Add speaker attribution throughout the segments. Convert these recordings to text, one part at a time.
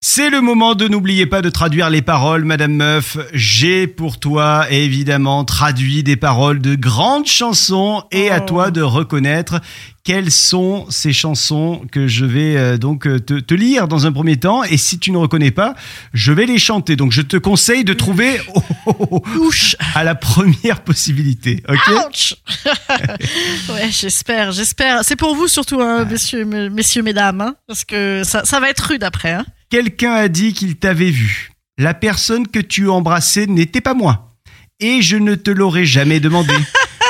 Speaker 1: C'est le moment de n'oubliez pas de traduire les paroles, Madame Meuf. J'ai pour toi, évidemment, traduit des paroles de grandes chansons et à
Speaker 2: Oh.
Speaker 1: toi de reconnaître quelles sont ces chansons que je vais euh, donc euh, te, te lire dans un premier temps. Et si tu ne reconnais pas, je vais les chanter. Donc je te conseille de trouver oh, oh, oh,
Speaker 2: Ouch
Speaker 1: à la première possibilité. Ok
Speaker 2: Ouch Ouais, j'espère, j'espère. C'est pour vous surtout, hein, messieurs, me- messieurs, mesdames, hein, parce que ça, ça va être rude après. Hein.
Speaker 1: Quelqu'un a dit qu'il t'avait vu. La personne que tu embrassais n'était pas moi. Et je ne te l'aurais jamais demandé.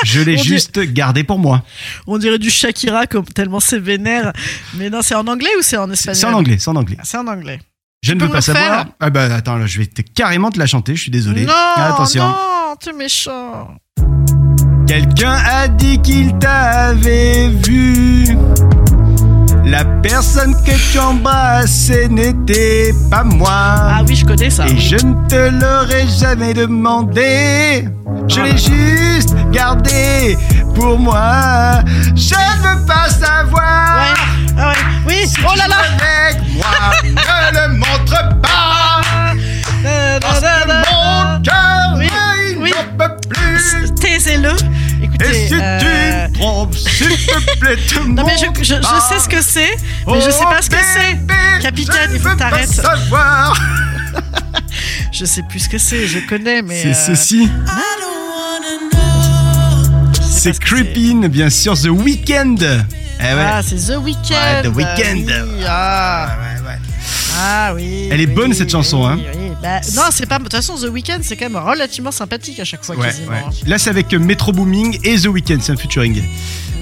Speaker 1: Je l'ai
Speaker 2: Mon Dieu.
Speaker 1: juste gardé pour moi.
Speaker 2: On dirait du Shakira, comme tellement c'est vénère. Mais non, c'est en anglais ou c'est en espagnol
Speaker 1: C'est en anglais, c'est en anglais.
Speaker 2: Ah, C'est en anglais.
Speaker 1: Je ne
Speaker 2: peux
Speaker 1: veux
Speaker 2: me
Speaker 1: pas
Speaker 2: le
Speaker 1: savoir.
Speaker 2: faire
Speaker 1: Ah bah attends, là, je vais te- carrément te la chanter, je suis désolé. Ah,
Speaker 2: Non,
Speaker 1: Attention.
Speaker 2: non, t'es méchant.
Speaker 1: Quelqu'un a dit qu'il t'avait vu. La personne que tu embrassais n'était pas moi.
Speaker 2: Ah oui, je connais ça.
Speaker 1: Et je ne te l'aurais jamais demandé. Je
Speaker 2: Ah.
Speaker 1: l'ai juste gardé pour moi. Je ne veux pas
Speaker 2: Ouais,
Speaker 1: savoir.
Speaker 2: ah ouais, oui,
Speaker 1: Si
Speaker 2: oh là
Speaker 1: tu
Speaker 2: là
Speaker 1: es Avec moi, ne le montre pas.
Speaker 2: Da, da,
Speaker 1: Parce
Speaker 2: da,
Speaker 1: que
Speaker 2: da.
Speaker 1: mon cœur,
Speaker 2: ah, Oui,
Speaker 1: il
Speaker 2: oui.
Speaker 1: n'en peut plus.
Speaker 2: Taisez-le. Écoutez,
Speaker 1: Et si
Speaker 2: euh,
Speaker 1: tu me trompes, s'il te plaît, te
Speaker 2: Non mais je, je, je sais ce que c'est, mais je sais
Speaker 1: Oh,
Speaker 2: pas ce que c'est. Capitaine, il faut que t'arrêtes. Je sais plus ce que c'est, je connais, mais.
Speaker 1: C'est
Speaker 2: euh,
Speaker 1: ceci.
Speaker 2: je sais pas
Speaker 1: C'est
Speaker 2: ce que
Speaker 1: Creepin, bien sûr, The Weeknd. Eh ouais.
Speaker 2: Ah, c'est The Weeknd.
Speaker 1: Ouais, The
Speaker 2: ah
Speaker 1: Weeknd.
Speaker 2: oui, ah,
Speaker 1: Ouais, ouais.
Speaker 2: ah oui.
Speaker 1: Elle est
Speaker 2: oui,
Speaker 1: bonne, cette chanson,
Speaker 2: oui,
Speaker 1: hein.
Speaker 2: oui. Bah, non, c'est pas. De toute façon, The Weeknd, c'est quand même relativement sympathique à chaque fois,
Speaker 1: Ouais,
Speaker 2: quasiment.
Speaker 1: ouais. Là, c'est avec euh, Metro Booming et The Weeknd, c'est un featuring.
Speaker 2: Ouais,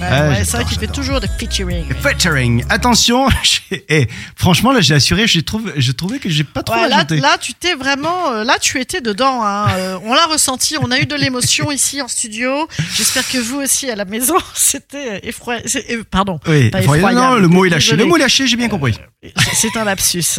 Speaker 1: Ah,
Speaker 2: ouais,
Speaker 1: j'adore,
Speaker 2: c'est vrai qu'il fait
Speaker 1: j'adore.
Speaker 2: toujours des featuring. oui.
Speaker 1: Featuring. Attention, j'ai- eh, franchement, là, j'ai assuré, j'ai trouvé, je trouvais que j'ai pas trop
Speaker 2: Ouais,
Speaker 1: à
Speaker 2: là,
Speaker 1: chanter.
Speaker 2: là, tu t'es vraiment, euh, là, tu étais dedans. hein. Euh, on l'a ressenti, on a eu de l'émotion ici en studio. J'espère que vous aussi à la maison, c'était effroyable. Pardon,
Speaker 1: Oui,
Speaker 2: pas
Speaker 1: faut- non,
Speaker 2: effroyable,
Speaker 1: le mot est lâché.
Speaker 2: désolé.
Speaker 1: Le mot est lâché, j'ai bien compris.
Speaker 2: c'est un lapsus.